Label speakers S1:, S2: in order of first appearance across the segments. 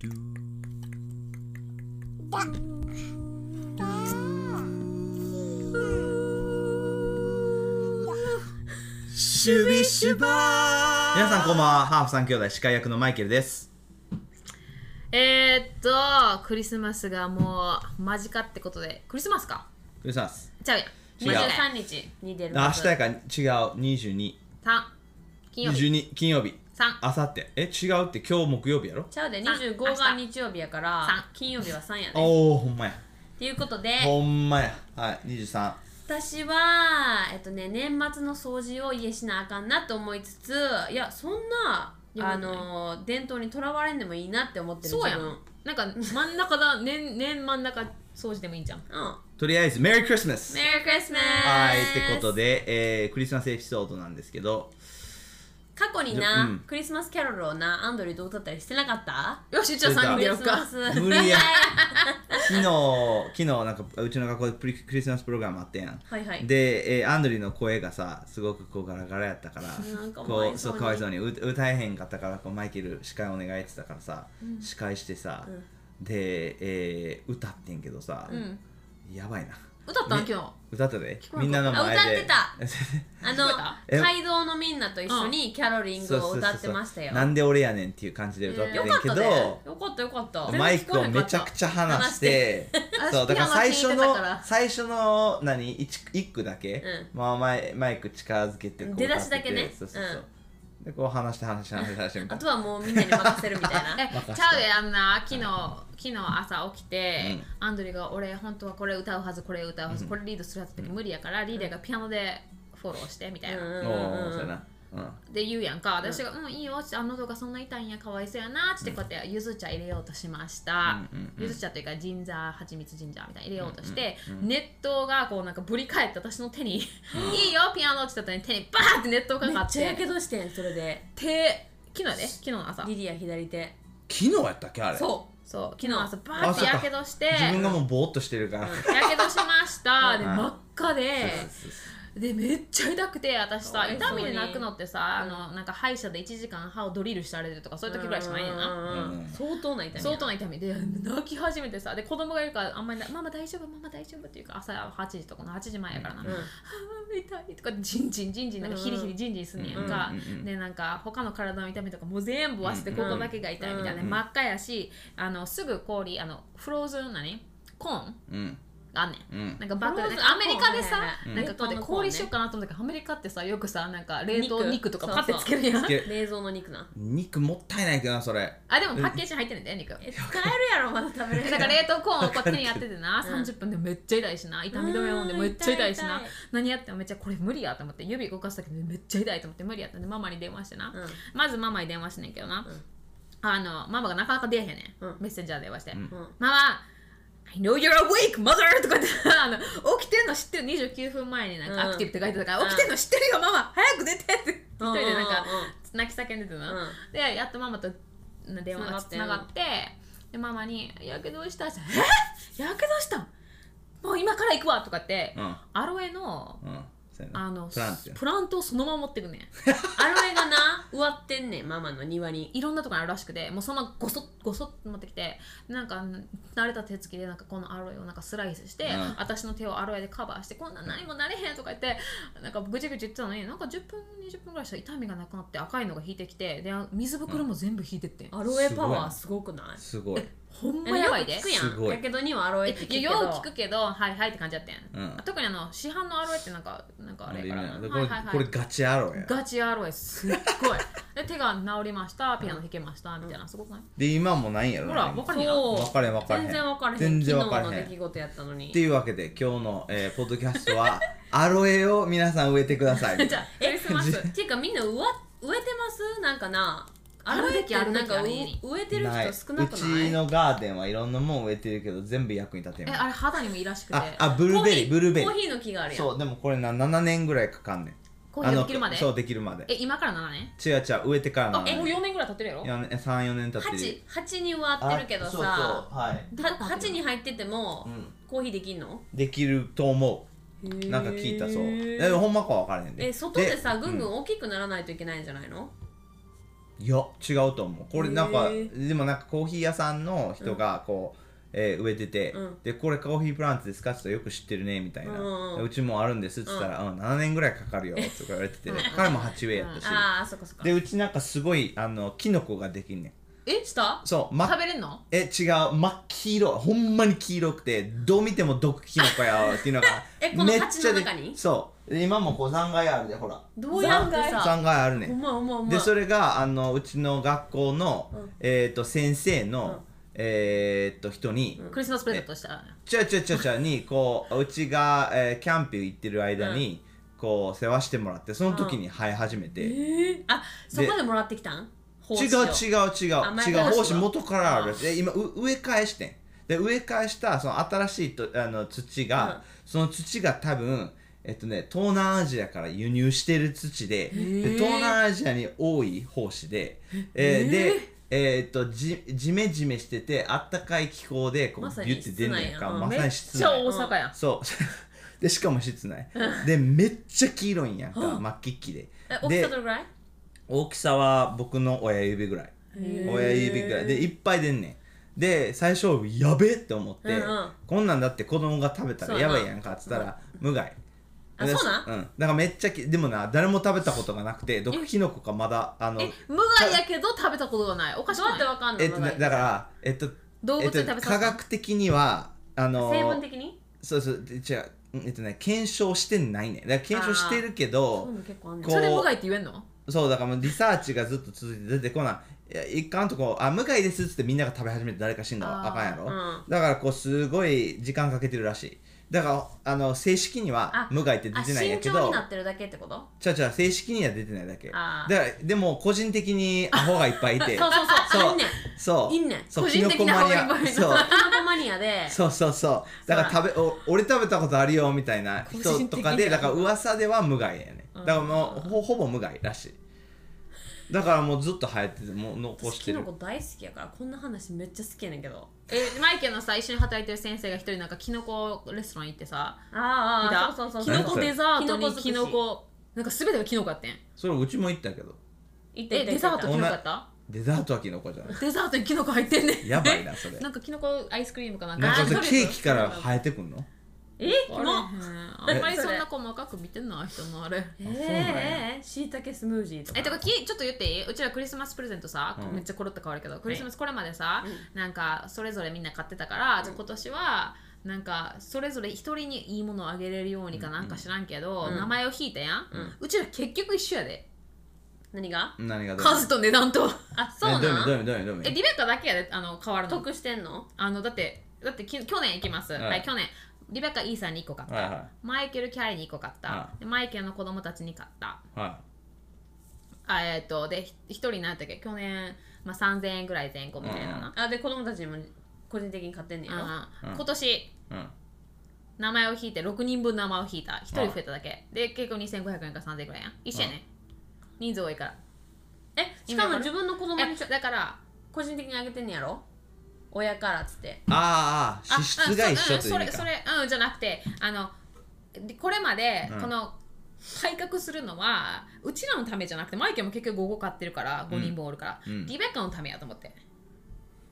S1: ドゥ
S2: だだ
S1: シュビシュバー皆さんこんばんはハーフ三兄弟司会役のマイケルです
S3: えー、っとクリスマスがもう間近ってことでクリスマスか
S1: クリスマス
S3: ちゃうやん
S1: 違う
S3: 23日に出る
S1: あ明日やから違う22
S3: 3金曜日
S1: 22金曜日
S3: 3
S1: あさってえ違うって今日木曜日やろ
S2: ちゃうで
S3: さん
S2: 25
S3: 明日
S2: が日曜日やから
S3: さん
S2: 金曜日は3やね
S1: おおほんまや
S2: っていうことで
S1: ほんまやはい23
S2: 私はえっとね年末の掃除を家しなあかんなと思いつついやそんな
S3: や
S2: あの伝統にとらわれんでもいいなって思ってる
S3: そうや
S2: 自分
S3: んなんか真ん中だ年年真ん中掃除でもいいんじゃん
S2: うん
S1: とりあえずメリークリスマス
S2: メリークリスマス
S1: はいってことで、えー、クリスマスエピソードなんですけど
S2: 過去にな、
S1: うん
S2: クリスマスキャロルをなアンドリューと歌ったりしてなかった
S3: よしじゃあ3人
S1: 出
S3: でや
S2: クリ
S3: ろう
S2: ス
S3: か
S2: マス
S1: 無理や昨日昨日なんかうちの学校でプリクリスマスプログラムあったやん
S2: はいはい
S1: で、えーアンドリーの声がさすごくこうガラガラやったから
S2: なんか
S1: こうそ
S2: そ
S1: うう
S2: に
S1: かわいそうにう歌えへんかったからこうマイケル司会お願いって言ってたからさ、司会してさ、で、えー歌ってんけどさ、
S2: ん
S1: やばいな
S3: 歌ったん今日
S1: 歌ったで
S3: こえなかった
S1: みんなの前で
S2: あ歌 あ
S3: 聞こえた
S2: の街道のみんなと一緒にキャロリングを歌ってましたよ
S1: なんで俺やねんっていう感じで歌ってんけ
S2: よ
S1: ど、
S2: かったねよかったよかった
S3: 全然
S1: マイ
S3: 聞
S1: ク
S3: こえ
S1: を
S3: なか
S1: め
S3: った
S1: ちゃくちゃ離して
S3: 話して
S1: そうだから最初
S3: ピアノ
S1: の
S3: 弾いてたから
S1: 最初の何一一句だけ、
S2: う
S1: まあマイマイク近づけてこう
S2: 出だしだけね
S1: 立っててそうそうそう、でこう話して話して話して話してみた
S2: あ
S1: い
S2: と
S1: な
S2: はもうみんなに任せるみたいな
S3: えちゃうであんな昨日昨日朝起きて、アンドリが俺本当はこれ歌うはずこれ歌うはず、これリードするはずだけど無理やからリーダーがピアノでフォローしてみたいな、
S2: うん
S1: おおそうやなうん
S3: で言うやんか私が「うんいいよ」って「あ喉がそんな痛いんやかわいそうやな」ってこうやってゆず茶入れようとしました
S1: うんうんうん
S3: ゆず茶というかジンジャー蜂蜜ジンジャーみたいな入れようとして熱湯がこうなんかぶり返って私の手に「いいよピアノ」って言ったら手にバーって熱湯か
S2: め
S3: か
S2: っ
S3: っ
S2: ちゃやけ
S3: て
S2: どしてんそれで
S3: 手昨日ね昨日の朝
S2: リリア左手
S1: 昨日やったっけあれ
S2: そう
S3: そう昨日の朝バーってやけどして
S1: 自分がもうぼーっとしてるから、
S3: やけどしましたで
S1: うん
S3: 真っ赤で
S1: そうそうそ
S3: でめっちゃ痛くて私
S2: かわ
S3: さ
S2: いそう
S3: 痛み
S2: に
S3: で泣くのってさあのなんか歯医者で1時間歯をドリルしてあれるとかそういう時ぐらいしかないねんな
S2: うんうんうん相当な痛みや
S3: 相当な痛みで 泣き始めてさで子供がいるからあんまりな「ママ大丈夫ママ大丈夫」っていうか朝8時とかの8時前やからな「
S2: うん
S3: あー痛い」とかジンジンジンジンなんかヒリヒリジンジンすんねやんか、
S1: うんうんうんうん
S3: でなんか他の体の痛みとかもう全部忘れて
S1: うん
S3: ここだけが痛いみたいな、
S1: うん
S3: 真っ赤やしあのすぐ氷あのフローズン何コーン
S1: ううん
S3: があんねん
S1: うん
S3: なんかバッグで
S2: フローズ
S3: な
S2: ン
S3: んかアメリカでさ
S2: はいはい
S1: はい
S3: なんかこうやって氷しようかなと思ったけどアメリカってさよくさなんか冷凍肉とかパッてつけるやん
S1: つけ
S2: 冷蔵の肉な
S1: 肉もったいないけどなそれ
S3: あでもパッケージに入ってんねんだよ肉
S2: え使えるやろまだ食べれる
S3: だから冷凍コーンをこう手にやっててな
S2: うん
S3: 30分でめっちゃ痛いしな痛み止め飲んでめっちゃ痛いし
S2: う
S3: なん
S2: 痛い痛い
S3: 何やってもめっちゃこれ無理やと思って指動かすだけでめっちゃ痛いと思って無理やったんでママに電話してな、
S2: うん
S3: まずママに電話してんねんけどな、
S2: うん
S3: あのママがなかなか出えへんねん、
S2: うん
S3: メッセンジャーで電話して、
S1: ん
S2: うん
S3: ママ I know you're awake, mother! とかってあの起きてんの知ってる29分前になん
S2: う
S3: か
S2: ん
S3: アクティブって書いてたから、
S2: うん
S3: 起きてんの知ってるよママ早く出てって
S2: うん
S3: 一人でなんか
S2: うんうんうん
S3: 泣き叫んでてな、
S2: うん
S3: でやっとママと電話がつ
S2: つな
S3: な
S2: が
S3: が
S2: っ
S3: ってでママに「やけどした」って言ったら えやけどしたんもう今から行くわ」とかって、
S1: うん
S3: アロエの
S1: うんそうやな
S3: あの
S1: プランツや
S3: プラントをそのまま持ってくねん
S2: アロエがな植わってんねんママの庭に
S3: いろんなところにあるらしくてもうそのままごそっごそっと持ってきてなんか慣れた手つきでなんかこのアロエをなんかスライスして、
S1: うん
S3: 私の手をアロエでカバーしてこんなん何もなれへんとか言ってなんかぐちぐち言ってたのになんか10分20分ぐらいしたら痛みがなくなって赤いのが引いてきてで水袋も全部引いてってん、
S2: アロエパワーすごくない
S1: すごい
S3: ほん
S2: え
S3: まやばいで
S2: よく聞くや
S1: すご
S2: ん
S1: い
S2: やけどにはアロエって聞く
S3: い
S2: けど
S3: やよう聞くけどはいはいって感じやってん、
S1: うん
S3: 特にあの市販のアロエってなんかなんかあれやから
S1: あれ
S3: はい
S1: こ
S3: は
S1: れ,、
S3: いはい
S1: これガチアロエや
S3: ガチアロエすっごい で手が治りましたピアノ弾けましたみたいなすごくない
S1: で今もないんやろ
S3: ほ
S1: な
S3: ら分かるやん
S2: そう
S1: 分かれへん分かれへん
S2: 全然分かれへん
S1: 全然分かれへん
S2: 昨日の出来事やったのに
S1: っていうわけで今日の、えーポッドキャストは アロエを皆さん植えてください
S2: じゃあえクリスマスっていうかみんな植わ植えてますなんかなアロエってな
S3: あ
S2: んか
S3: るべきあるべきある
S2: 植
S3: 家に
S2: えてる
S1: ないう
S2: 人少なくないう
S1: ちのガーデンはいろんなもん植えてるけど全部役に立てん
S3: え
S1: もん
S3: あれ肌にもいいらしくて
S1: ああブルーベリーブルーベリ
S2: コ
S1: ー
S2: ーヒーの木があるやん
S1: そうでもこれな7年ぐらいかかんねん
S3: コーヒーができるまで
S1: あのそうできるまで
S3: え今から7年
S1: 違う違う植えてから
S3: あ
S1: 7
S3: えもう
S1: 年
S3: 4年ぐらい経ってるやろ
S1: 34年経ってる
S2: 鉢鉢に植わってるけど
S1: あそうそう
S2: さ
S1: はい
S2: は鉢に入ってても
S1: ん
S2: コーヒーできんの
S1: できると思
S2: へ
S1: う
S2: ー
S1: なんか聞いたそうえほんまかわからへんで
S2: え外でさぐんぐ
S1: うん
S2: ん大きくならないといけないんじゃないの
S1: いや違うと思うこれなんか、
S2: へー
S1: でもなんかコーヒー屋さんの人がこう、えー植えてて、
S2: うん
S1: でこれコーヒープランツですかって言ったらよく知ってるねみたいな、
S2: うんうん
S1: でうちもあるんですって言ったら、うん7年ぐらいかかるよとか言われてて彼も鉢植えやったし、
S2: ああそっかそっか
S1: でうちなんかすごいあのキノコができんねん
S2: えした
S1: そう、ま、
S3: 食べれんの
S1: え違う真っ黄色ほんまに黄色くてどう見ても毒キノコやっていうのが
S2: えこの鉢の中に
S1: めっちゃでそうで今もこう残骸あるでほら
S2: どうやってさ
S1: 残骸あるねん
S2: ほんまほんまほんま
S1: でそれがあのうちの学校の、
S2: うん
S1: えー、と先生の、
S2: うん
S1: えー、と人に、
S3: クリスマスプレゼントしたら
S1: ちゃちゃちゃちゃにこううちが、えーキャンプ行ってる間に、こう世話してもらってその時に生え始めて、
S2: えー、あそこでもらってきたん
S1: 違う違う違
S2: あ前
S1: う違
S2: から
S1: う胞子
S2: 違う
S1: 元からあるで今う植え替えしてんで植え替えしたその新しいとあの土が、
S2: うん
S1: その土が多分えっとね東南アジアから輸入してる土でで東南アジアに多い胞子で、えーでえーっとじじめじめしててあったかい気候でこう
S2: まさに
S1: ビュッて出んねんか
S2: 室内やな
S1: ま
S3: め
S1: さ
S3: っ
S1: に
S3: ち
S1: 室
S3: ゃ
S1: 内
S3: 大阪やん
S1: そう でしかも室内でめっちゃ黄色いんやんか
S2: う
S1: 真っ黄っきで
S2: え大き
S1: で
S2: さどれぐらい
S1: 大きさは僕の親指ぐらい
S2: へー
S1: 親指ぐらいでいっぱい出んねんで最初やべえって思って、
S2: うんうん
S1: こんなんだって子供が食べた
S2: そ
S1: ら
S2: うや
S1: や
S2: な
S1: ばいやんかっつったら、無害
S2: あ
S1: で
S2: そうなん
S1: うんだからめっちゃきでもな誰も食べたことがなくて毒キノコかまだあの
S3: え無害やけど食べたことがないおかし
S2: ど
S3: く
S2: うやって
S3: ない
S2: わかんの
S1: えっと
S2: ま
S1: だだからえっと
S3: 動物で
S1: えっ
S3: 食べ
S1: と、
S3: させた
S1: 科学的にはあの
S2: 成分的に
S1: そうそうで違ううんえっとね検証してないねんだから検証してるけ
S2: そうい
S1: ど
S2: うの結構あんねん
S1: こ
S3: それ無害って言えんの
S1: そうだからもうリサーチがずっと続いて出てこないいや一貫とこう「あ向井です」っつってみんなが食べ始めて誰か死んだら
S3: あー
S1: あかんやろ、
S2: うん
S1: だからこうすごい時間かけてるらしいだからあの正式には
S2: あ
S1: 「向井」って出
S2: あ
S1: てないんや
S2: 慎
S1: け
S2: 重に
S1: ど
S2: なってるだけってこと
S1: ちゃうちゃう正式には出てないだけだ
S2: あ
S1: か
S2: ー
S1: らでも個人的にアホがいっぱいいて
S2: そうそうそう
S1: そう
S2: いんねん
S1: そうそう
S2: いんねん
S3: 個
S1: キ
S3: 人
S1: ノ
S3: 的
S1: コ
S3: な
S1: マニ
S3: アホがいっぱ
S1: ア
S3: い
S1: そう
S2: キノコマニアで
S1: そうそうそうだから食べお俺食べたことあるよみたいな人とか
S3: 個人的に
S1: でだから噂では無害やねだからもうほほぼ無害らしいだからもうずっと生えててもう残
S2: 私
S1: して
S2: キ
S1: る
S2: ノコ大好きやからこんな話めっちゃ好きやねんけど
S3: えマイケルのさ一緒に働いてる先生が一人なんかキノコレストラン行ってさ見
S2: ああ
S3: た
S2: そうそうそう
S3: キノコデザートに
S2: キ
S3: キ
S2: ノ
S3: ノ
S2: コ尽くし
S3: コなんか全てがキノコやってん
S1: それうちも行ったけど
S2: 行って
S3: え
S2: 行って
S3: デザート
S1: お
S3: キ
S1: 前
S3: ノコやった
S1: デザートはキノコじゃない
S3: デザートにキノコ入ってんねん
S1: やばいなそれ
S3: なんかキノコアイスクリームかなんか
S1: なんかそれ
S3: あ
S1: ケーキから生えてくんの
S2: えキ
S3: あれ
S2: モ
S3: あんまりそんな細かく見てんな人のあれ
S2: え
S1: そうなんや
S2: ええしいたけスムージーとか
S3: えてかきちょっと言っていいうちらクリスマスプレゼントさ、
S1: うん
S3: めっちゃコロッと変わるけどクリスマスこれまでさ、なんかそれぞれみんな買ってたから、じゃあ今年はなんかそれぞれ一人にいいものをあげれるようにかなんか知らんけど、
S2: うん
S3: 名前を引いたやん、うちら結局一緒やで
S2: 何が
S1: 何がどう
S3: 数と値段と
S2: あそう
S1: えどういう意
S2: な
S1: 味どうんいう意味どういう意味どういう意
S3: え
S1: 味
S3: リベカだけやであの変わるの
S2: 得してんの
S3: あのだってだってき去年行きます、
S1: ん
S3: はい去年リベカイーさんに1個買った、
S1: はいは
S3: マイケル・キャリーに1個買った、
S1: う
S3: でマイケルの子供たちに買った
S1: いは
S3: あえっ、とでひ一人なんだっけ去年、まあ、3000円ぐらい前後みたいなな、
S2: あで子供たちにも個人的に買ってんねんよ
S3: あー
S1: うん
S3: 今年
S1: いうん
S3: 名前を引いて6人分名前を引いた1人増えただけで結構2500円か3000円ぐらいやん一緒やね人数多いから
S2: えしかも自分の子供
S3: え
S2: にちょ
S3: だから
S2: 個人的にあげてんねやろ親からっつって
S1: あーあー
S3: あ
S1: 脂質が一緒という意
S3: うん
S1: 味
S3: そ
S1: か
S3: れそれうんじゃなくてあのでこれまで
S1: うん
S3: この改革するのはうちらのためじゃなくてマイケルも結局5個買ってるから5人分おるから、
S1: うん
S3: リベッカのためやと思って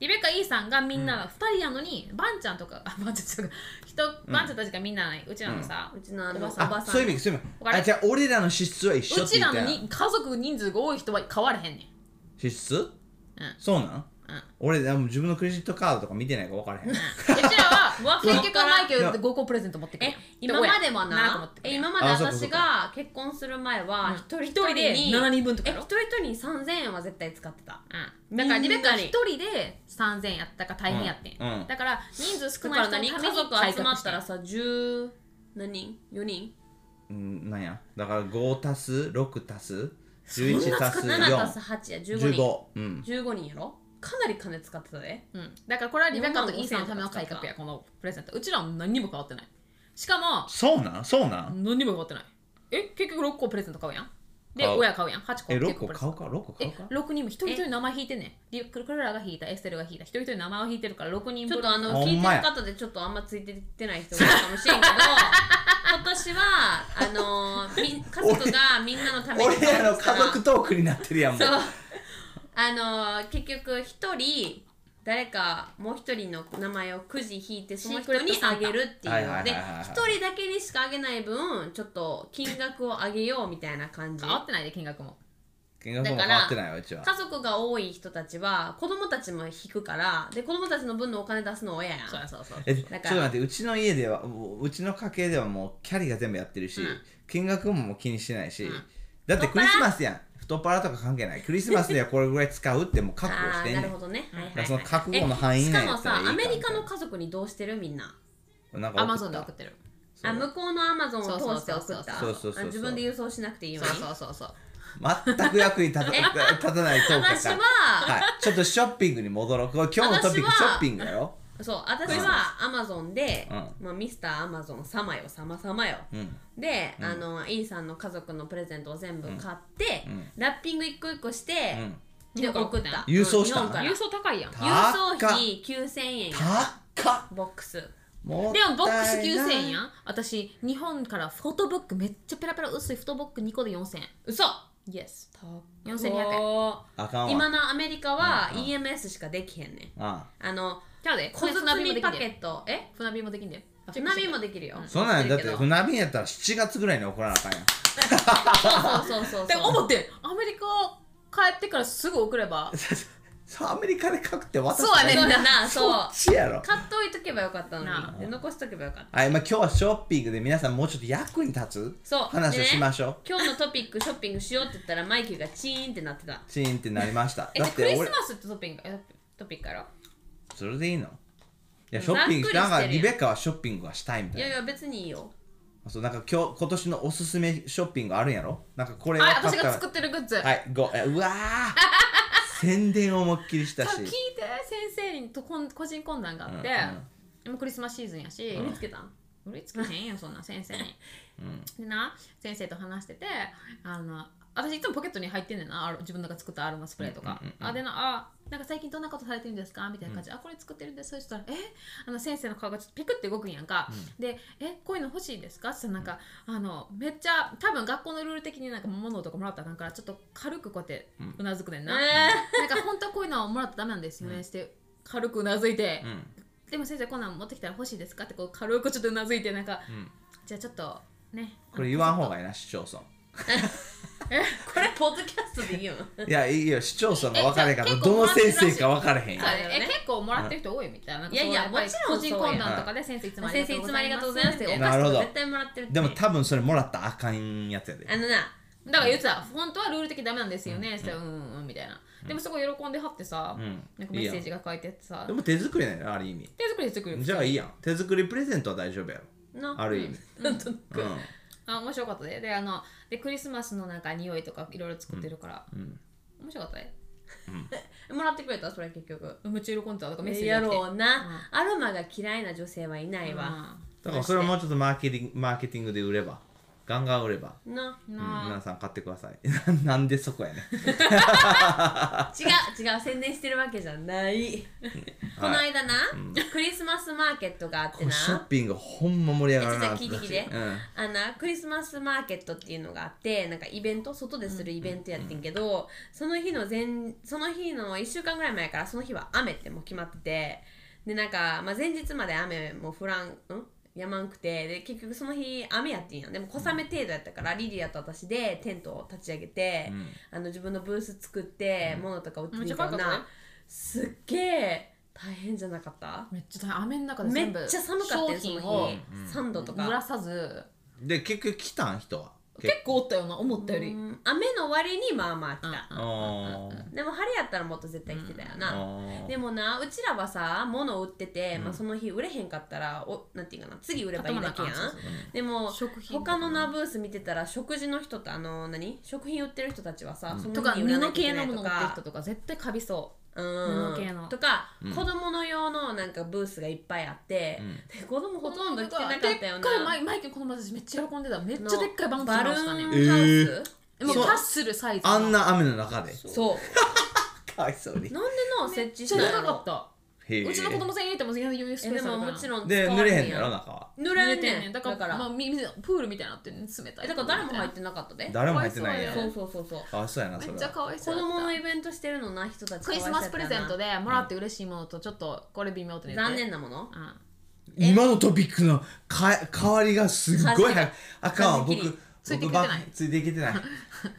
S3: リベッカ E さんがみんな2人やのに、バンちゃんとかあバンちゃんとか人バンちゃんたちがみんなうちらのさ、
S2: うちのあの
S3: おばさん
S1: あそういう意味そういう意味
S3: わか
S1: あ
S3: る
S1: じゃあ俺らの脂質は一緒
S3: う
S1: って
S3: ち
S1: 言っ
S3: ら
S1: た
S3: の
S1: やん
S3: に家族人数が多い人は変われへ んねん
S1: 脂質そうなん、俺でも自分のクレジットカードとか見てないから分からへん
S3: うちらは
S2: わ
S3: 結局マイケル5個プレゼント持ってくる
S2: え今までは
S3: と思
S2: な
S3: ってくる
S2: え
S3: やん
S2: 今まで
S1: あそうかそ
S2: 私
S1: うか
S2: が結婚する前は
S3: うん
S2: 一人一
S3: 一
S2: 人
S3: 人で
S2: に
S3: 7人分とか
S2: え
S3: や
S2: 一
S3: ろ
S2: 人一人に3000円は絶対使ってた
S3: うん、だから
S2: み
S3: リ
S2: んな
S3: ベ
S2: に
S3: カ一人で3000円やったから大変やってん、
S1: うんうん
S3: だから人数少
S2: だ
S3: な
S2: か
S3: い
S2: ら
S3: 人のため
S2: 何
S3: に
S2: 家族集まったら
S3: 改
S2: さ10何人4人
S1: うんなんやだから5足す6足す11足す
S2: 7足す
S1: 4
S2: 8や15人
S1: 15うん
S2: 15人やろかなり金使ってたで
S3: 革してん、うん、だからこれはリベカとイーサンのための改革やこのプレゼントうちらも何にも変わってないしかも
S1: そうなんそうなん
S3: 何にも変わってないえ結局6個プレゼント買うやんで
S1: 買う
S3: 親買うやん8個
S1: え6
S3: 9
S1: 個
S3: プレゼント
S1: 買うか6個買う
S3: え
S1: か
S3: 6人も一人一人名前引いてんねんリクルラが引いたエステルが引いた一人一人名前を引いてるから6人
S2: ち
S3: 分
S2: ょっとあの
S1: ほ
S2: 聞い
S1: ん
S2: て
S1: ま
S2: る
S1: や
S2: 方でちょっとあんまついてってない人がいるかもしれんけど 今年はあのーみ家族がみんなのため に
S1: 俺らの家族トークになってるやんもう
S2: そうあのー結局一人誰かもう一人の名前をくじ引いてその人にあげるって
S1: シークレットサンタ
S2: いうので
S1: はいはいはいはい
S2: 一人だけにしかあげない分ちょっと金額を上げようみたいな感じ
S3: 合ってないで金額も
S1: 金額も変わってないわうちは
S2: 家族が多い人たちは子供たちも引くからで子供たちの分のお金出すの親やん
S3: そうやそうそう
S1: えちょっ
S2: だから
S1: と待ってうちの家ではもううちの家系ではもうキャリが全部やってるし、
S3: うん
S1: 金額ももう気にしてないし、
S3: うん
S1: だってクリスマスやん太っ腹とか関係ないクリスマスではこれぐらい使うってもう覚悟し
S2: ああ
S1: て
S2: ー
S1: ん
S2: な
S1: ねん
S2: るほどね、
S3: うん
S2: はいはい
S1: だか
S2: はい
S1: らその覚悟の範囲
S2: し
S1: 内
S2: か
S1: や
S2: も
S1: ったらいい
S2: さ
S1: か
S2: アメリカの
S1: み
S2: 家族にどうしてるみんな
S1: たいななんか
S3: アマゾンで送ってる
S1: そう
S2: あ向こうのアマゾン
S3: そ
S2: を
S3: うそう
S2: 通して
S3: そう
S2: 送
S3: そう
S2: った
S1: そうそうそうそう
S2: あ自分で郵送しなくていいよ
S3: そうう
S2: に
S3: そうそうそう
S1: 全く役に立た立たないトークや
S2: 私
S1: か
S2: は
S1: ら、はい、ちょっとショッピングに戻ろうこれ今日のトピック
S2: 私
S1: シ
S2: は
S1: ョッピングやろ
S2: そう私はアマゾンで、
S1: う
S2: まあ、ミスターアマゾン様よ様様よ
S1: うん
S2: で、
S1: うん
S2: あのイーさんの家族のプレゼントを全部買って、
S1: うんうん
S2: ラッピング一個一個して、
S1: うん
S3: 日
S2: で
S3: 本
S2: 送
S3: か
S2: っ
S3: ら
S2: た
S1: 郵送した
S2: うん日本から
S3: 郵送高いやん
S1: た
S2: 郵送費9000円や
S1: 高っ
S2: ボックス
S1: も
S3: でもボック
S1: っ
S3: ス
S1: たいない
S3: 9000円やん私日本からフォトブックめっちゃペラペラ薄いフォトブック2個で4000円
S2: 嘘
S3: Yes
S2: 4200
S3: 4200
S1: あかんわ
S2: 今のアメリカは
S1: うん
S2: EMS しかできへんねん
S1: あ
S2: あの
S3: ちゃうで
S2: 小
S3: 船便も
S2: 包
S3: で
S2: み
S3: きん
S2: パ
S3: で
S2: ケットえ
S3: 船便もできんで
S2: 船便もできるよ、
S1: あそんなんだって
S3: 知ってるけど
S1: 船便やったら7月ぐらいに送らなあかんやん
S2: そうそうそうそ う
S3: って思ってアメリカ帰ってからすぐ送れば
S1: そうアメリカで書くって渡す
S3: そうや
S2: そ
S3: ね
S2: うやなそう
S1: そっちやろ
S2: 買っといとけばよかったの
S3: な
S2: にで残しとけばよかった
S1: はい、まあ、今日はショッピングで皆さんもうちょっと役に立つ
S2: そう
S1: 話をしましょう、
S2: 今日のトピックショッピングしようって言ったらマイキーがチーンってなってた
S1: チーンってなりました
S3: え
S1: だ
S3: じ
S1: っ
S3: ゃあクリ
S1: て
S3: ス
S1: 俺
S3: マスってトピックえトピックやろ
S1: それでいいのいやシ
S2: ざ
S1: ョ
S2: っ
S1: ッ
S2: く
S1: ピン
S2: り
S1: グ
S2: してる
S1: なん
S2: やん
S1: かリベカはショッピングはしたいみた
S2: い
S1: いな
S2: やいや別にいいよ
S1: そうなんか今日今年のおすすめショッピングあるんやろなんかこれは
S3: あ
S1: 買
S3: 私
S1: った
S3: が
S1: わ
S3: 作ってるグッズ、
S1: はいごえうわー宣伝思いっきりした
S3: さ
S1: し
S3: 聞いて先生にとこん個人懇談があって、今クリスマスシーズンやし、
S2: 見つけたん
S3: 売りつけへんよそんな 先生に、でな先生と話しててあの私いつもポケットに入ってんねんなある自分のが作ったアロマスプレーとか、
S1: うんうんうんうん
S3: あでなあなんか最近どんなことされてるんですかみたいな感じで、あこれ作ってるんですそしたらえあの先生の顔がちょっとピクって動くんやんか、でえこういうの欲しいですかって言ったらなんか、あのめっちゃ多分学校のルール的になんか物とかもらったらあかんからちょっと軽くこうやってうなずくねんな、なんか本当はこういうのをもらったらダメなんですよね、して軽くうなずいて、
S1: うん
S3: でも先生こんなん持ってきたら欲しいですかってこう軽くちょっとうなずいてなんか、
S1: ん
S3: じゃあちょっとね
S1: これ言わん方がいいな市町村
S2: これポッドキャストで言う の
S1: いやいいよ市町村が
S3: え
S1: 分かれへんから
S3: じゃあ
S1: どの先生か分かれへん
S3: そう
S1: や
S3: や
S1: ん
S3: ね
S2: そう
S3: え
S2: だよね
S3: 結構もらってる人多いみたいな、
S2: いやいや
S3: なんかその
S2: もちろん
S3: 個
S2: そう
S3: 人
S2: や
S3: 懇談とかで先生いつもあり
S2: 先
S3: がとう
S2: 生い
S3: ご
S2: つもあ
S3: ざ
S2: り
S3: い
S2: が
S3: ま
S2: と
S3: す
S2: うございますってお
S1: なる
S2: 菓
S1: ほ
S2: 子
S1: ど
S2: とか絶対もらってるって
S1: でも多分それもらったらあかんやつやで
S2: あの
S3: だ
S2: な
S3: から言ってた本当はルール的にダメなんですよね、って言ったらうんうんうんみたいな、でもすごい喜んではってさ、
S1: うん
S3: なんかメッセージが書いてあってさ
S1: でも手作りなんやろある意味
S3: 手作り手作り
S1: じゃあいいやん手作りプレゼントは大丈夫やろ
S2: な
S1: ある意味
S2: なんとな
S1: う
S2: く
S1: ん
S3: あ面白かったでであのでクリスマスのなんか匂いとかいろいろ作ってるから、
S1: うん
S3: 面白かったで
S2: もらってくれたそれ結局
S3: めっちゃ喜んでたとかメッセージ
S2: や
S3: が来て
S2: ろうな、アロマが嫌いな女性はいないわ、
S1: だからそれはもうちょっとマーケティングマーケティングで売ればガンガン売れば、
S2: な
S3: うん
S1: うん
S3: なあ
S1: 皆さん買ってください なんでそこやね
S2: 違う違う宣伝してるわけじゃないこの
S1: はい
S2: 間な、クリスマスマーケットがあっ
S1: こ
S2: て
S1: れ
S2: な
S1: ショッピングほんま盛り上がるな
S2: えちょっと聞いてきて
S1: うん
S2: あのクリスマスマーケットっていうのがあってなんかイベント外でするイベントやってんけど、その日の前その日の1週間ぐらい前からその日は雨ってもう決まっててでなんか、まあ、前日まで雨も降らんんやまんくてで結局その日雨やってんやんでも小雨程度やったからリリアと私でテントを立ち上げて、あの自分のブース作って、物とか売ってみた
S3: めっちゃ可愛かったね
S2: なすっげえ大変じゃなかった
S3: めっちゃ大雨の中で
S2: め
S3: 全
S2: っ
S3: 部
S2: ちゃ寒かった
S3: 商
S2: よその
S3: 品
S2: 日
S3: を
S2: 3度とか
S3: 濡らさず
S1: で結局来たん人は
S3: 結構おったよな思ったより、
S2: うん雨の割にまあまあ来た、
S1: 構あー
S2: でも晴れやったらもっと絶対来てたよな、
S1: あ
S2: でもなうちらはさ物売ってて、まあ、その日売れへんかったらおなんていうかな次売ればいいだけや
S3: 頭の
S2: ん
S3: 中そうそう
S2: でも
S3: 食品とか
S2: 他のなブース見てたら食事の人とあの何食品売ってる人たちはさ、その
S3: とか
S2: 日に売らな
S3: 布
S2: き
S3: 系
S2: ゃいけな
S3: の
S2: い
S3: も
S2: と
S3: の持ってる
S2: か
S3: 人とか絶対カビそう
S2: うん
S3: 布系の
S2: とか、子供の用のなんかブースがいっぱいあって、で子供ほとんど来てなかったよ
S3: でっ
S2: な
S3: かいマイマイケルこの前私めっちゃ喜んでためっ
S2: の
S3: ちゃでっかいバンプ
S2: バルーン
S3: し
S2: ハ
S3: た
S2: ウ
S3: ね
S1: えー
S2: ス、
S3: でもう
S1: そう
S3: パッするサイズ
S1: あんな雨の中で
S2: そう
S1: かわいそうに
S2: なんでな設置し
S3: めっち
S2: た
S3: ゃでか
S2: んや
S3: か
S2: ろ
S3: った
S1: へえ
S3: うちの子供さん入れても全然余裕スペ
S2: え
S3: ー
S2: で
S3: スある
S2: も
S3: から
S2: もちろん
S1: で
S2: 使わ
S1: 濡れへんの
S2: や
S1: やろ中は
S2: 濡
S3: 濡
S2: れ
S3: れて
S2: ん
S3: ん
S2: ね
S3: ね
S2: ん
S3: ん
S2: だ
S3: だ
S2: か
S3: かららまあ、み水プールみたいになってんねん冷たい
S2: えだから誰も入っててなかったで
S1: 誰も入ってない
S3: かわい
S2: そ
S1: よ
S2: うそうそうそう
S1: あそうやなそれ
S3: め
S1: は
S3: っちゃかわいそう
S2: 子
S3: だった
S2: 供のイベントしてるのな人たち
S3: クリスマスプレゼント
S2: で
S3: でもらって嬉しいものとちょっとこれ微妙ってね
S2: 残念なもの
S3: うん
S1: 今のトピックのか変わりがすっごい早
S2: 風が
S1: いあかん
S2: 風切り
S1: 僕
S3: ついてき
S1: 僕
S3: てない
S1: ばついてきてない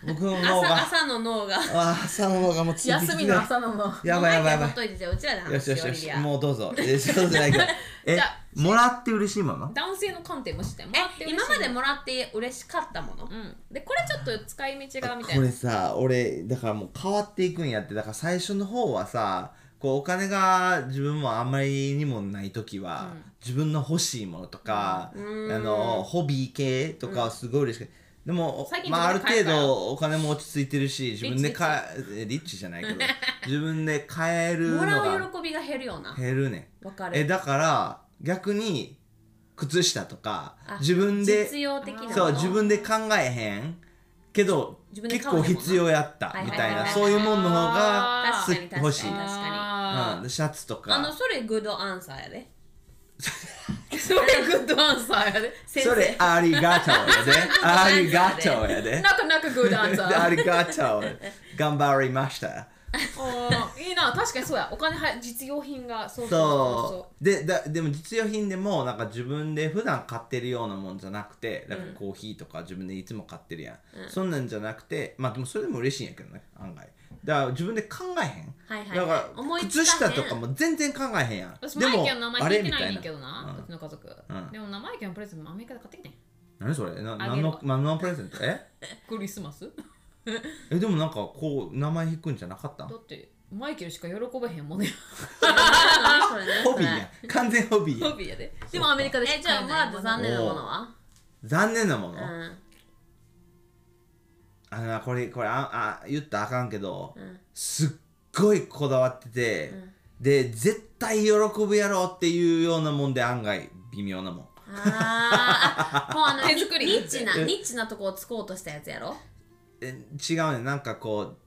S1: 僕の脳
S2: 朝
S1: が
S2: 朝の脳が
S1: あ朝の脳がもうついてきて
S3: 休
S1: ない
S3: みの朝のも
S1: やばいやばいやば
S2: ほっといてじゃあうちらで
S1: いよ
S2: 話
S1: し
S2: しよ
S1: よし
S2: う
S1: よ
S2: リ
S1: し
S2: リア
S1: もうどうぞえそうじゃないけどえ
S3: じゃ
S1: もらって嬉しいもの
S3: 男性の観点もしてもらって
S2: え
S3: 嬉しい
S2: 今までもらって嬉しかったもの
S3: うんでこれちょっと使い道がみたい
S1: こ
S3: な
S1: れさ俺だからもう変わっていくんやってだから最初の方はさこうお金が自分もあんまりにもない時は、
S3: うん
S1: 自分の欲しいものとか、
S2: うん
S1: あのホビー系とかはすごい嬉しくて、でも
S3: 最、近
S1: まあ、ある
S3: 自分で買
S1: 程
S3: えたよ
S1: 度お金も落ち着いてるし自分で買えリッチじゃない けど自分で買えるの
S2: もら
S1: が
S2: う喜びが減るような
S1: 減るね
S2: わか
S1: んえ
S2: る
S1: だから逆に靴下とか
S2: あ
S1: 自分で
S2: 実用的なもの
S1: そう自分で考えへんけど
S2: 自分で
S1: 結
S2: 買わ
S1: 構
S2: へんもんな
S1: 必要やった
S2: はいはい
S1: み
S2: はいは
S1: た
S2: い
S1: いなそういうもんの方が
S3: あ
S2: 確かに
S1: す欲
S2: 確
S1: し
S2: か
S1: い
S2: に確か
S3: あ
S1: うんシャツと
S2: にあの
S1: か
S2: それグッドアンサーやで
S3: ーそれグッドアンサーやで
S2: 先
S1: それ
S2: 生
S1: ありがとうやで ありがとうやで
S3: なかなかグッドアン サ
S1: であ
S3: ー
S1: りがとう頑張りました
S3: おーいいな確かにそうやお金は実用品がそう
S1: そうでだでも実用品でもなんか自分で普段買ってるようなもんじゃなくてなんかコーヒーとか自分でいつも買ってるやん、そんなんじゃなくてまあでもそれでも嬉しいんやけどね案外だから自分で考えへん、
S2: はいはいはい
S1: だから
S2: 思いつか
S1: 靴
S2: へん
S1: 下と かも全然考えへんやん
S3: 私
S1: で
S3: マイ
S1: も
S3: ケルの名
S1: あ
S3: 前
S1: れ
S3: 聞いて
S1: み
S3: な
S1: たい
S3: いね
S1: なん
S3: けどな
S1: うん
S3: うちの家族
S1: うん
S3: でも名前家のプレゼントもアメリカで買ってきてん
S1: 何それな
S3: あ
S1: 何
S3: げる
S1: の
S3: わ
S1: 何のプレゼントえ
S3: クリスマス
S1: えでもなんかこう名前引くんじゃなかったん
S3: だってマイケルしか喜べへんもんね
S2: 何それ何それ
S1: ホビーやん完全ホビーやん
S3: ビーやででもアメリカで
S2: えじゃあもらって残念なものは
S1: 残念なもの、
S2: うん
S1: あのなこれこれああ言ったらあかんけど、
S2: ん
S1: すっごいこだわってて、で絶対喜ぶやろうっていうようなもんで案外微妙なもん
S2: あーあもうあの
S3: 手作り
S2: ニッチなニッチなとこをつこうとしたやつやろ
S1: え違うねなんかこう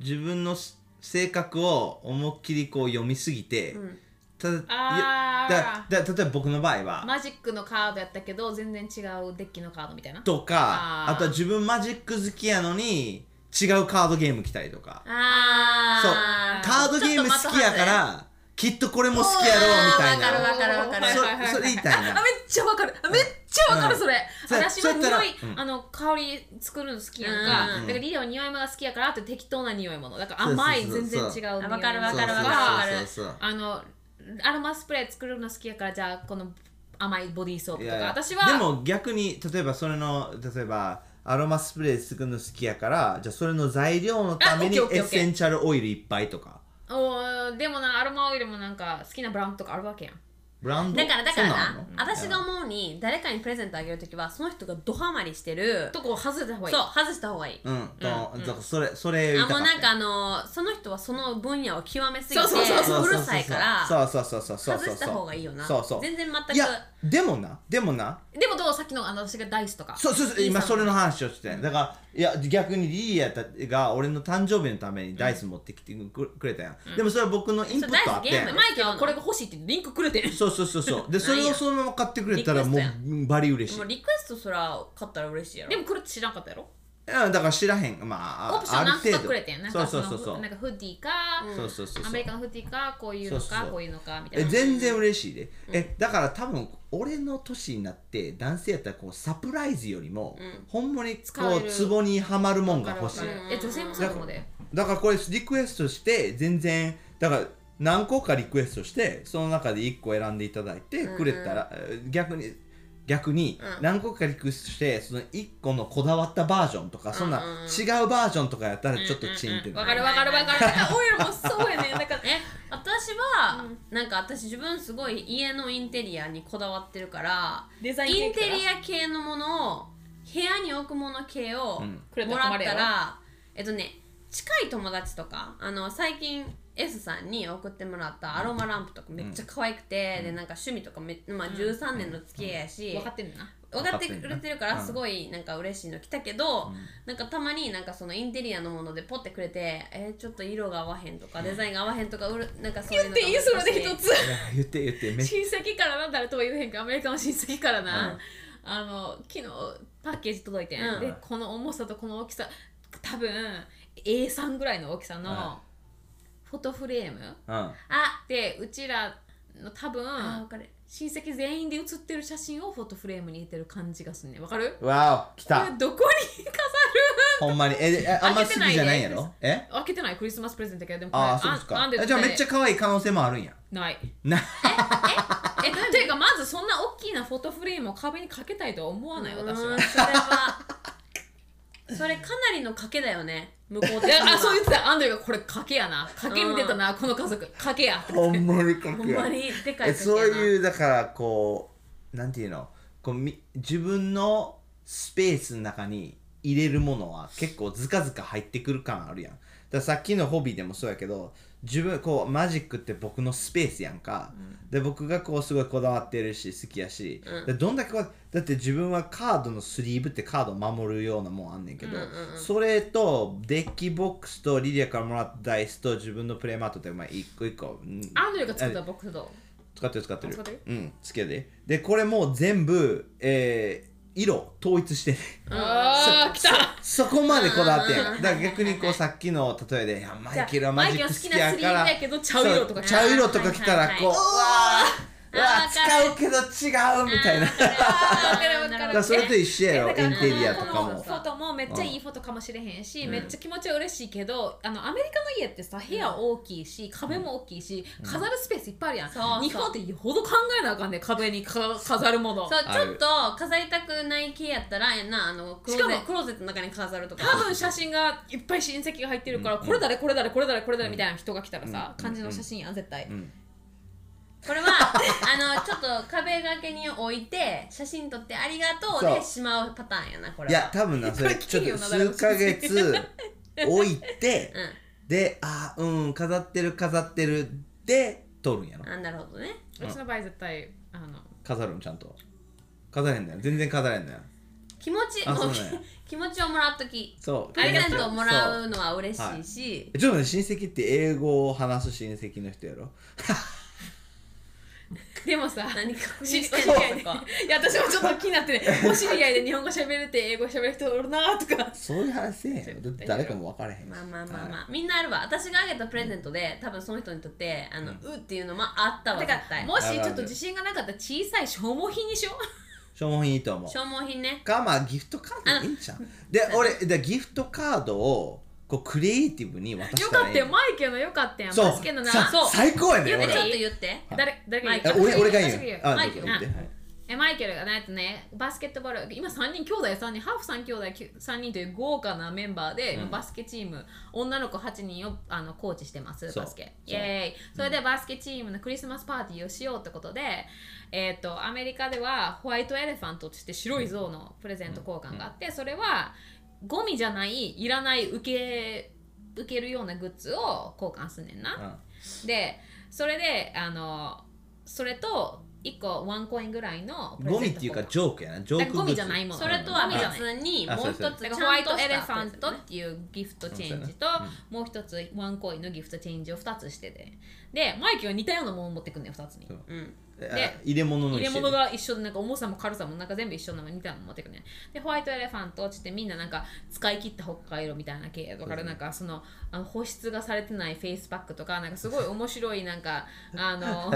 S1: 自分のし性格を思いっきりこう読みすぎて、
S2: ん
S1: ただ
S3: あー
S1: いやだだ例えば僕の場合は、
S3: マジックのカードやったけど全然違うデッキのカードみたいな
S1: とか
S3: あ
S1: あ
S3: ー
S1: とは自分マジック好きやのに違うカードゲーム来たりとかそう
S2: あー
S1: カードゲーム好きやからきっとこれも好きやろうみたいな
S2: わかるわかるわかる
S1: そそれ言い たいな
S3: ああめっちゃわかるあめっちゃわかる
S1: うん
S3: それ、
S1: そ
S3: 私
S1: そう
S3: は
S1: やったら
S3: 匂い、
S1: うん
S3: あの香り作るの好きやんか、
S2: うん
S3: だからリリアは匂いものが好きやからって適当な匂いものだから
S1: そうそうそう
S3: 甘い全然違う匂い
S2: あわかるわ
S1: そう
S2: かるわかるわかる
S1: そうそうそう
S3: あのアロマスプレー作るの好きやからじゃあこの甘いボディーソープ
S1: いや
S3: とか
S1: いや
S3: 私は
S1: でも逆に例えばそれの例えばアロマスプレーするの好きやからじゃあそれの材料のためにエ
S3: あオッケー
S1: ッ
S3: オッケー
S1: センチャルオイルいっぱいとか
S3: おーでもなアロマオイルもなんか好きなブランドとかあるわけやん
S1: ブランド
S2: だからだから
S1: そう
S2: な
S1: の
S2: 私が思うに誰かにプレゼントあげるときはその人がドハマりしてる
S3: とこ外れた方がいい
S2: そう外した方がいい
S1: うん、とだからそれそれ言い
S2: あ
S1: たか
S2: も
S1: っ
S2: う
S1: た
S2: なんかあのーその人はその分野を極めすぎて
S3: そうそう
S1: そう
S2: う
S1: そう
S2: るさいから
S1: そうそうそうそうそう
S2: 外
S1: そう
S2: した方がいいよな
S1: そうそう
S2: 全然
S1: い
S2: 全
S1: や
S2: く
S1: でもなでもな
S3: でもどうさっきのあの私がダイスとか
S1: そうそうそう今それの話をしてたんやだからいや逆にリリアたが俺の誕生日のためにダイス持ってきてくくれたやん、でもそれは僕のインプットあって
S2: そうダイスゲーム
S3: マイケルはこれが欲しいってリンクくれてる
S1: そうそうそうそうでそ
S2: なん
S1: れ
S2: や
S1: をそのまま買ってくれたらも
S2: リクエス
S1: うバリ嬉しい
S2: もう
S1: うん
S2: リクエストすら買ったら嬉しいやろ
S3: でも来るって知らんかったやろ
S1: だから知らへんまあ
S3: オ
S1: あ
S3: プション
S1: ある
S3: 何
S1: 程
S3: 個か
S1: 度
S3: くれてんなん
S1: そう
S3: か
S1: そ
S3: そうの
S1: そうそう
S3: ふなんかフッディか、
S1: そうそうそうそう
S3: アメリカのフッディかこういうの
S1: そうそう
S3: か
S1: そう
S3: こういうのかみた
S1: え
S3: いな
S1: 全然嬉しいで、えだから多分俺の年になって男性やったらこうサプライズよりも、ほんまに
S3: 使
S1: こ
S3: え
S1: う
S3: る
S1: ツボにはまるもんが
S3: わ
S1: 欲
S3: か
S1: し
S3: る
S1: い
S3: わかるえ女性もそうかもで
S1: だからこれリクエストして全然だから何個かリクエストしてその中で1個選んでいただいてくれたら、えー逆に逆に
S2: うん
S1: 何個かリクエストしてその1個のこだわったバージョンとかそんな
S2: うんうんうん
S1: 違うバージョンとかやったらちょっとチンって
S3: わ
S1: な
S3: か
S1: る
S3: るわかるわかるだからオイルもそうやねだ から
S2: え私は、なんか私自分すごい家のインテリアにこだわってるから
S3: デザイン
S2: イン
S3: 系
S2: テ
S3: から
S2: リア系のものを部屋に置くもの系を
S1: うん
S2: もらったら、えっとね近い友達とかあの最近 S さんに送ってもらったアロマランプとかめっちゃ可愛くて、でなんか趣味とかめ、まあ、13年の付き合いやし、
S3: 分かってんねんな
S2: 分かってくれてるから
S1: うん
S2: すごいなんか嬉しいの来たけど、
S1: うん
S2: なんかたまになんかそのインテリアのものでポッてくれてえーちょっと色が合わへんとかデザインが合わへんとかうるなんかそうい
S3: 言っ
S2: うのが
S3: ていいそれで一つ
S1: いや言って言ってめっち
S3: 親戚からな誰とは言えへんけどアメリカの親戚からな、
S1: うん
S3: あの昨日パッケージ届いてん、
S2: うん
S3: でこの重さとこの大きさ多分 A3 ぐらいの大きさ
S1: は
S3: のフォトフレーム
S1: ゃうん
S2: あ
S3: でうちらの多分
S2: あ分かる
S3: 親戚全員で写ってる写真をフォトフレームに入れてる感じがすんねんわかる
S1: わお来
S3: これ
S1: た
S3: どこに飾る
S1: ほんまにえでえあんま好きじゃないんやろえ
S3: 開けてないクリスマスプレゼントだけどでもこれ
S1: ああそうです
S3: あ
S1: か
S3: んで
S1: えじゃあめっちゃ可愛い可能性もあるんや
S3: ない
S1: な
S3: えというかまずそんな大きなフォトフレームを壁にかけたいとは思わない私
S2: う
S3: は
S2: ーんそれはそれかなりの賭けだよね向こう的
S3: い
S2: に
S3: や
S2: は
S3: あそう言ってたアンドリューがこれ賭けやな賭け見てたな、この家族賭けや
S1: ほんまにかっ
S2: ほ
S1: こ
S2: ん
S1: いい
S2: まにでか
S1: え
S2: い賭けや
S1: そ
S2: な
S1: ういうだからこうなんていうのこうみ自分のスペースの中に入れるものは結構ずかずか入ってくる感あるやんだからさっきのホビーでもそうやけど自分こうマジックって僕のスペースやんか、で僕がこうすごいこだわってるし好きやし、
S2: うん
S1: でどんだけこうだって自分はカードのスリーブってカードを守るようなもんあんねんけど、
S2: うんうんうん
S1: それとデッキボックスとリリアからもらったダイスと自分のプレイマートってまあ一個一個うん
S3: アンドリューが作ったボックスど
S1: 使ってる使ってる
S3: あ使ってる
S1: うん好きやででこれもう全部、えー色統一 してね
S3: うあー来た
S1: そこまでこだわってんやん
S2: うんうんうん
S1: だから逆にこうさっきの例えでいやマイケルはマ
S3: マ
S1: ジ
S3: イケ
S1: ッ
S3: ル
S1: ク
S3: 好
S1: 好き
S3: き
S1: や
S3: なスリ
S1: か
S3: ー
S1: ら
S3: ブやけど茶色とか
S2: そう
S3: 来
S1: 茶色とか来たらこううわーうわ
S2: あー
S1: ー使うけど違うみたいなだ
S3: あーわかるわか
S1: か
S3: る
S1: らそれと一緒やろ
S3: だから
S1: インテリアと
S3: こ
S1: か
S3: の
S1: も
S3: フォトもめっちゃいいフォトかもしれへんし、めっちゃ気持ちは嬉しいけどあのアメリカの家ってさ部屋大きいし壁も大きいし、飾るスペースいっぱいあるやん、
S2: そうそう
S3: 日本ってよほど考えなあかんねん壁にか飾るもの
S2: そう
S1: あ
S2: ちょ
S1: る
S2: っと飾りたくない系やったらええなあのクローゼ
S3: しかも
S2: クローゼットの中に飾るとか
S3: 多分写真がいっぱい親戚が入ってるから、
S1: うん
S3: これ誰これ誰これ誰これ誰みたいな人が来たらさ、
S1: うん
S3: 感じの写真やん絶対、
S1: うん
S2: これは あのちょっと壁掛けに置いて写真撮ってありがとう
S1: そ
S2: で
S1: う
S2: しまうパターンやなこ
S1: い
S2: れは
S1: や多分なそ
S3: こ
S1: れ
S3: れ
S1: ちょっと
S3: 綺麗よ
S1: 数
S3: な
S1: ヶ月置いて
S2: うん
S1: であーうん飾ってる飾ってるで撮るんやろ
S2: あなるほどね
S3: うちの場合絶対あの
S1: 飾るんちゃんと飾れへんだよ全然飾れへんだよ
S2: 気持ち
S1: あ
S2: もう
S1: そうなんや
S2: 気持ちをもらっとき
S1: そう
S2: プレゼントをもら
S1: そう
S2: のは嬉しいし、
S1: うちょっとね親戚って英語を話す親戚の人やろ
S3: でもさ
S2: 何か
S3: お
S2: 確認
S3: 知り
S2: し
S3: 合い
S2: てんの
S3: でいや私もちょっと気になってねお知り合いで日本語喋れて英語喋る人おるなとか
S1: そういう話せえへんだって誰かも分からへんし
S2: まあまあまあまあ、
S1: は
S2: みんなあるわ私があげたプレゼントで多分その人にとってあの、うっていうのもあったわ
S3: だ
S2: 絶
S3: から
S2: 対
S3: もしちょっと自信がなかったら小さい消耗品にしよう
S1: い消耗品いいと思う
S2: 消耗品ね
S1: かまあギフトカードでいいんちゃうで俺でギフトカードをこうクリエイティブに渡
S3: よ
S1: した
S3: からっ
S1: い
S3: た
S1: い
S3: よマイケルのよかったやん
S1: そ
S3: バスケの
S1: う
S3: な
S1: さ
S3: そう
S1: 最高やね
S2: 言って
S1: 俺
S2: ち
S1: ら
S2: ょっと
S1: え
S2: 言って
S3: 誰誰がいい
S2: マイケル
S1: 俺俺が
S3: 私
S1: 言うよあ
S3: マ
S1: ど
S3: イ
S1: うぞ
S3: ケル
S1: 言って
S3: あ
S1: はい
S3: えマイケルがなんとねバスケットボール今3人兄弟3人ハーフ3兄弟3人という豪華なメンバーで、今バスケチーム女の子8人をあのコーチしてます
S1: そう
S3: バスケイ
S1: そう
S3: エーイそれでバスケチームのクリスマスパーティーをしようってことで、えっとアメリカではホワイトエレファントとして白い像のプレゼント交換があって、それはゴミじゃないいらない受け受けるようなグッズを交換すんねんな、
S1: うん
S3: でそれであのそれと1個ワンコインぐらいのプレゼ
S1: ゴ
S3: ント
S1: ミっていうか
S3: 交
S1: ジ
S3: 換
S1: ョークやなジョークグッズ
S3: ゴミじゃないもん
S2: それとは別に
S1: あ
S2: もう一つち
S1: そう
S2: ゃ
S1: ん
S2: と
S1: そ
S3: だ
S2: した
S3: からホワイトエレファント
S2: プレゼン
S3: っていうギフトチェンジと、
S1: そうやな
S3: もう一つワンコインのギフトチェンジを2つしててでマイケルは似たようなものを持ってくんねん2つに
S1: そう
S2: トねうん
S1: あ入れ物の
S3: 入
S1: 一
S3: れ
S1: 種
S3: 物が一緒でなんか重さも軽さもなんか全部一緒なのに似たようなもの持ってくんねんでホワイトエレファントっつってみんななんか使い切った北海道みたいな系だか
S1: そうで
S3: ら
S1: すね
S3: なんかそのあの保湿がされてないフェイスパックとかなんかすごい面白いなんかあ の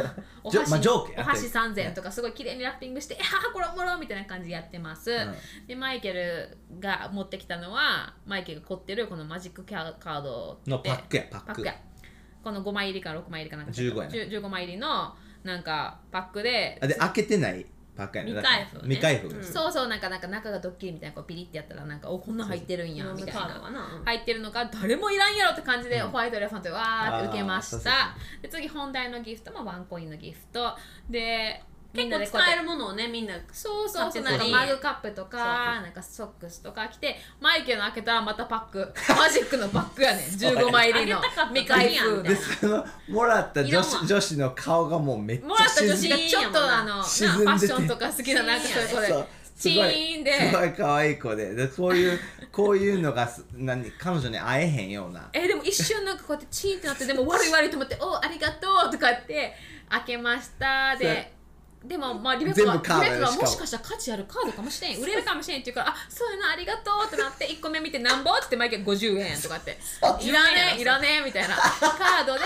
S3: お
S1: ジョ
S3: 箸、
S1: まあジョークや
S3: お箸3000とかすごい綺麗にラッピングして「ああこれおもろ」みたいな感じでやってます、
S1: う
S3: でマイケルが持ってきたのはマイケルが凝ってるこのマジックキャカード
S1: のパックやパッ
S3: パック
S1: ク
S3: やこの5枚入りか6枚入りかなんか
S1: 15やな
S3: 10 15枚入りのなんかパックで
S1: あで開けてないパックやねだから
S2: 未開
S1: 未開封
S2: 封ねうん
S3: そうそうなんかなんか中がドッキリみたいなこうピリってやったらなんかおこんなん入ってるんや
S2: 飲
S3: み
S2: む
S3: たい
S2: カード
S3: な
S2: かな、うん
S3: 入ってるのが誰もいらんやろって感じで、
S1: うん
S3: ホワイトエレファントでわーって受けまし
S1: あーそう
S3: たで次本題のギフトもワンコインのギフトで
S2: みんなで
S3: 結構使
S2: 使
S3: え
S2: えるものをねみんな
S3: そうそうそう
S2: 買
S3: な
S2: って
S3: ん
S2: た
S3: か
S2: り
S3: マグカップとかなんかソックスとか来てマイケルの開けたらまたパックマジックのバッグやねん15枚入りの
S2: あげたかった
S3: 未開封
S2: のに
S3: で
S2: や
S1: で
S2: ん
S1: そのもらった女
S2: 色
S1: 子
S2: も
S1: 女子の顔がもうめっちゃ
S3: もらった女子が
S2: 沈んで
S3: ちょっとあのなファ
S1: 沈んでて
S3: ッションとか好きななんかそういう子で
S1: そうす
S3: チ
S1: ごい
S3: ーンです
S1: ごい可愛い子ででこういうこういうのがす何彼女に会えへんような
S3: えでも一瞬なんかこうやってチーンってなってでも悪い悪いと思って「おうありがとう」とか言って「開けました」で。でも、まあ、リベックは
S1: 全部カード
S3: リベックは
S1: しかも
S3: もしかしたら価値あるカードかもしれん売れるかもしれんって言うから「あそうやなありがとう」ってなって1個目見て「なんぼ?」って言って毎回50円とかって「いらねえいらねえ」みたいなカードで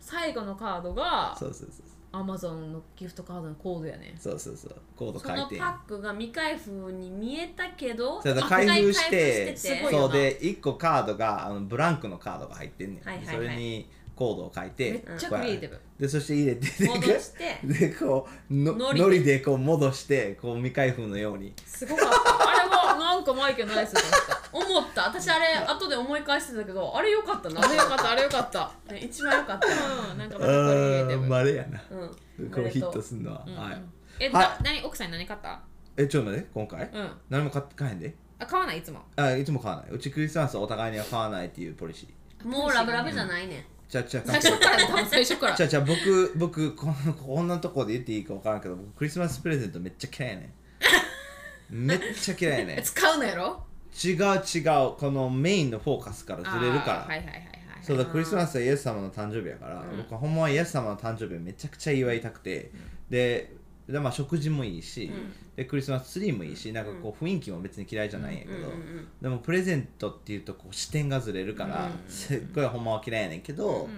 S3: 最後のカードが
S1: そうそうそう
S3: アマゾンのギフトカードのコードやね
S1: そうそうそうコード
S2: そ
S1: 書
S2: の
S1: いて
S2: パックが未開封に見えたけど
S1: それで
S2: あ
S1: 開封して
S2: 開封して
S3: すご
S2: て
S3: いよ
S1: そ
S3: な
S1: うで1個カードがあのブランクのカードが入ってんねん、
S2: はいはいはい
S1: それにコードを書いて
S3: めっちゃクリエイティ
S1: こうや
S3: ブ
S1: ってでそして入れて
S2: 戻して
S1: でこうの
S2: ノ
S1: の
S2: リ
S1: り
S2: で
S1: でこう戻してこう未開封のよう に
S3: すごかったあれはなんかマイケルナイスだった
S2: 思った 私あれ後で思い返してたけどあれよかったな
S3: あれよかったあれよかった
S2: ね一番よかった
S3: うんなんか
S1: あ
S3: またクリエイティ
S1: ー
S3: ブ
S1: まれやな
S2: うん
S1: こうヒットすんのは、
S3: うん
S1: はい
S3: え、
S1: はい
S3: な何奥さんに何買った
S1: えちょっと待って今回、
S3: うん
S1: 何も買って買えへんで
S3: あ買わないいつも
S1: あいつも買わないうちクリスマスお互いには買わないっていうポリシー
S2: もうラブラブじゃないねん
S1: ちゃちゃ
S3: 最初から多分最初から
S1: ちゃちゃ僕僕こんこんなとこで言っていいか分からんけど僕クリスマスプレゼントめっちゃ嫌いやね んめっちゃ嫌いやねん
S3: 使うのやろ
S1: 違う違うこのメインのフォーカスからずれるから、
S3: あーはいはいはいはいはい
S1: そうだクリスマスはイエス様の誕生日やから、
S3: うん
S1: 僕はほんまはイエス様の誕生日をめちゃくちゃ祝いたくて、でで、まあ、食事もいいし、
S2: ん
S1: でクリスマスツリーもいいしなんかこう雰囲気も別に嫌いじゃないんやけ
S2: うんうん
S1: ど、
S2: うん
S1: でもプレゼントっていうとこう視点がずれるから、すっごいほんまは嫌いやねんけど、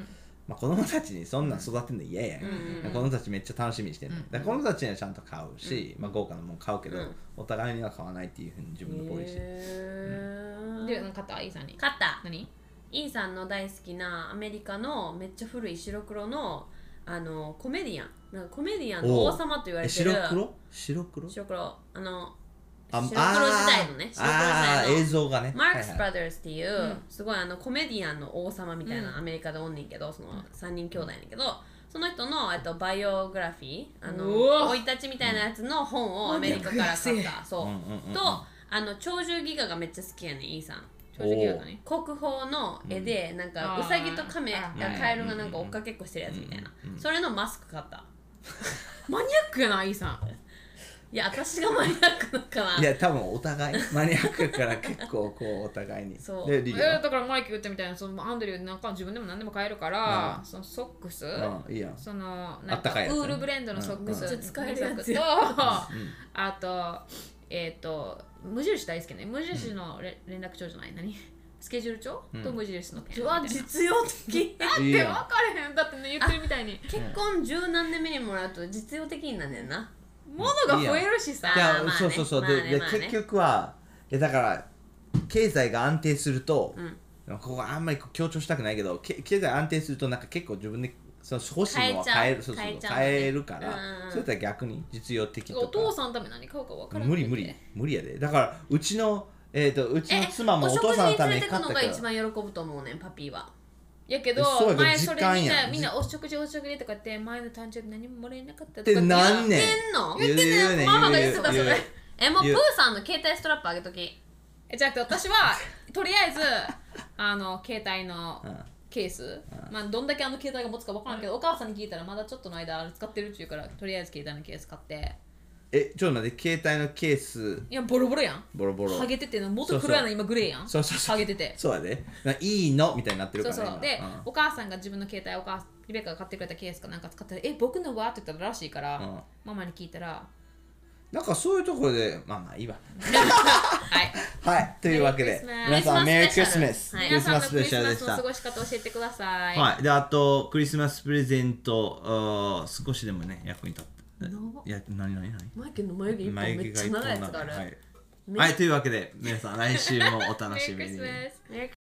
S1: まあ、子供たちにそんなん育てんの嫌やん、
S2: う
S1: 子
S2: ん
S1: 供たちめっちゃ楽しみにしてんの、
S3: うん
S1: で子供たちにはちゃんと買うし、まあ、豪華なもん買うけど、
S2: うん
S1: お互いには買わないっていうふうに自分のポリシー、
S2: へー
S3: で何買ったイーさんに
S2: 勝った
S3: 何
S2: インさんの大好きなアメリカのめっちゃ古い白黒のあのコメディアンなんかコメディアンの王様と言わ
S1: え
S2: れてる
S1: 白黒白黒
S2: 白黒あの
S1: あ
S2: 白黒時代のね
S1: あ
S2: 白黒
S1: ーあ
S2: 時
S1: ー映
S2: 代の
S1: 像がね
S2: マークス・
S1: はい
S2: ブ
S1: はい
S2: ラザーズっていう、
S3: うん
S2: すごいあのコメディアンの王様みたいな
S3: うん
S2: アメリカでおんねんけどその3人兄弟やねんけどその人の、えっと、バイオグラフィーあ
S3: お
S2: の
S3: お
S2: 生い立ちみたいなやつの本をアメリカから買ったそう、
S1: うんうんうんうん
S2: とあの鳥獣戯画がめっちゃ好きやねんイーさん
S3: 正直言うとね
S2: 国宝の絵で、なんか
S3: あー
S2: ウサギとカメ
S3: あ
S2: が
S3: ー
S2: カエルがなんか追っかけっこしてるやつみたいな、
S1: うんうんうん
S2: それのマスク買った
S3: マニアックやなイーさん
S2: いや私がマニアックなのか
S1: い
S2: な
S1: や多分お互いマニアックやから結構こうお互いに
S2: そう
S1: で
S3: え
S1: リリ
S3: ー
S1: は
S3: だからマイク言ったみたいなそのアンドリューなんか自分でも何でも買えるからそのソックス
S1: うんいいやん
S3: その
S1: あ
S3: なん
S1: った
S3: か
S1: かいやつね
S3: ウールブレンドのソックス
S2: うんめっちゃ使えるやつ
S3: 二足と あとえっと無印大好きね無印のれ連絡帳じゃない何スケジュール帳
S1: うん
S3: と無印のペンみた
S2: う
S3: いな
S2: わ実用的
S3: だって
S1: いい
S3: 分
S1: やん
S3: かれへんだってね言ってるみたいに
S2: 結婚十何年目にもらうと実用的になんねんな
S3: 物が増えるしさ
S1: いや
S2: まあまあね
S1: そうそうそう
S2: まあね
S1: でで
S2: まあね
S1: 結局はいやだから経済が安定すると
S2: う
S1: こ
S2: ん
S1: こはあんまりこう強調したくないけどけ経済安定するとなんか結構自分でその欲しいのは
S2: 変
S1: 変
S2: え
S1: え
S2: ちゃう
S1: るそうそう
S2: 変えちゃう
S1: 変えるから
S2: うんうん
S1: それだったら逆に実用的
S3: お
S1: と
S3: 父
S1: か
S3: さんのために何買うか分からん
S1: 無理無理無理やでだからうちのえっとうちの妻もお父さんのために買った
S2: お食事に連れてくのが
S1: け
S2: 一
S1: ど
S2: 番喜ぶと思うねんパピーは
S3: やけど
S1: そうやけど
S3: 前それみん
S1: 時間
S3: な
S1: や
S3: みんなお食事お食事とかって前の誕生日何ももらえなかったとかっ
S1: ってなんねん
S2: 言ってんの
S1: 言う言うねん
S3: ママが言ってた
S1: 言う
S3: そ
S1: 言
S3: れ
S1: う
S2: えもうプ
S1: い
S2: ー
S1: や
S2: さんの携帯ストラップあげとき
S3: えじゃなくて私はとり あえずあの携帯の
S1: うん
S3: ケース、まあ、どんだけあの携帯が持つか分からんけど、お母さんに聞いたらまだちょっとの間あれ使ってるっちゅうからとりあえず携帯のケース買って
S1: えちょっと待って携帯のケース
S3: いやボロボロやん
S1: ボロボロ
S3: ハゲててもっと黒やの今グレーやん
S1: そうそうそう
S3: ハゲてて
S1: そうやでないいのみたいになってる
S3: そ
S1: か
S3: う
S1: ら
S3: そう
S1: 今
S3: で、
S1: うん
S3: お母さんが自分の携帯お母リベッカが買ってくれたケースかなんか使っててえ僕のはって言ったらしいから、
S1: うん
S3: ママに聞いた ら
S1: なんかそういうところでまあまあいい わ
S3: はい
S1: はいというわけで皆さんメリークリスマス
S2: はい
S1: クリ
S3: 皆
S1: ス
S3: さん
S1: マ
S3: の
S1: ス
S3: ク
S1: ペ
S3: リ
S1: シ
S3: ス
S1: ャル
S3: マ
S1: で
S3: ス
S1: し
S3: の
S1: た
S3: 過ごし方教えてください、
S1: はい、であとクリスマスプレゼントあー少しでもね役に立った
S2: 長っ
S1: いや何何何
S2: マイケルの眉毛一本めっちゃ長いやつがある
S1: はい、はい、というわけで皆さん来週もお楽
S3: メリ
S1: し
S3: ーク
S1: み
S3: リス
S1: に
S3: マス
S2: メリークリスマス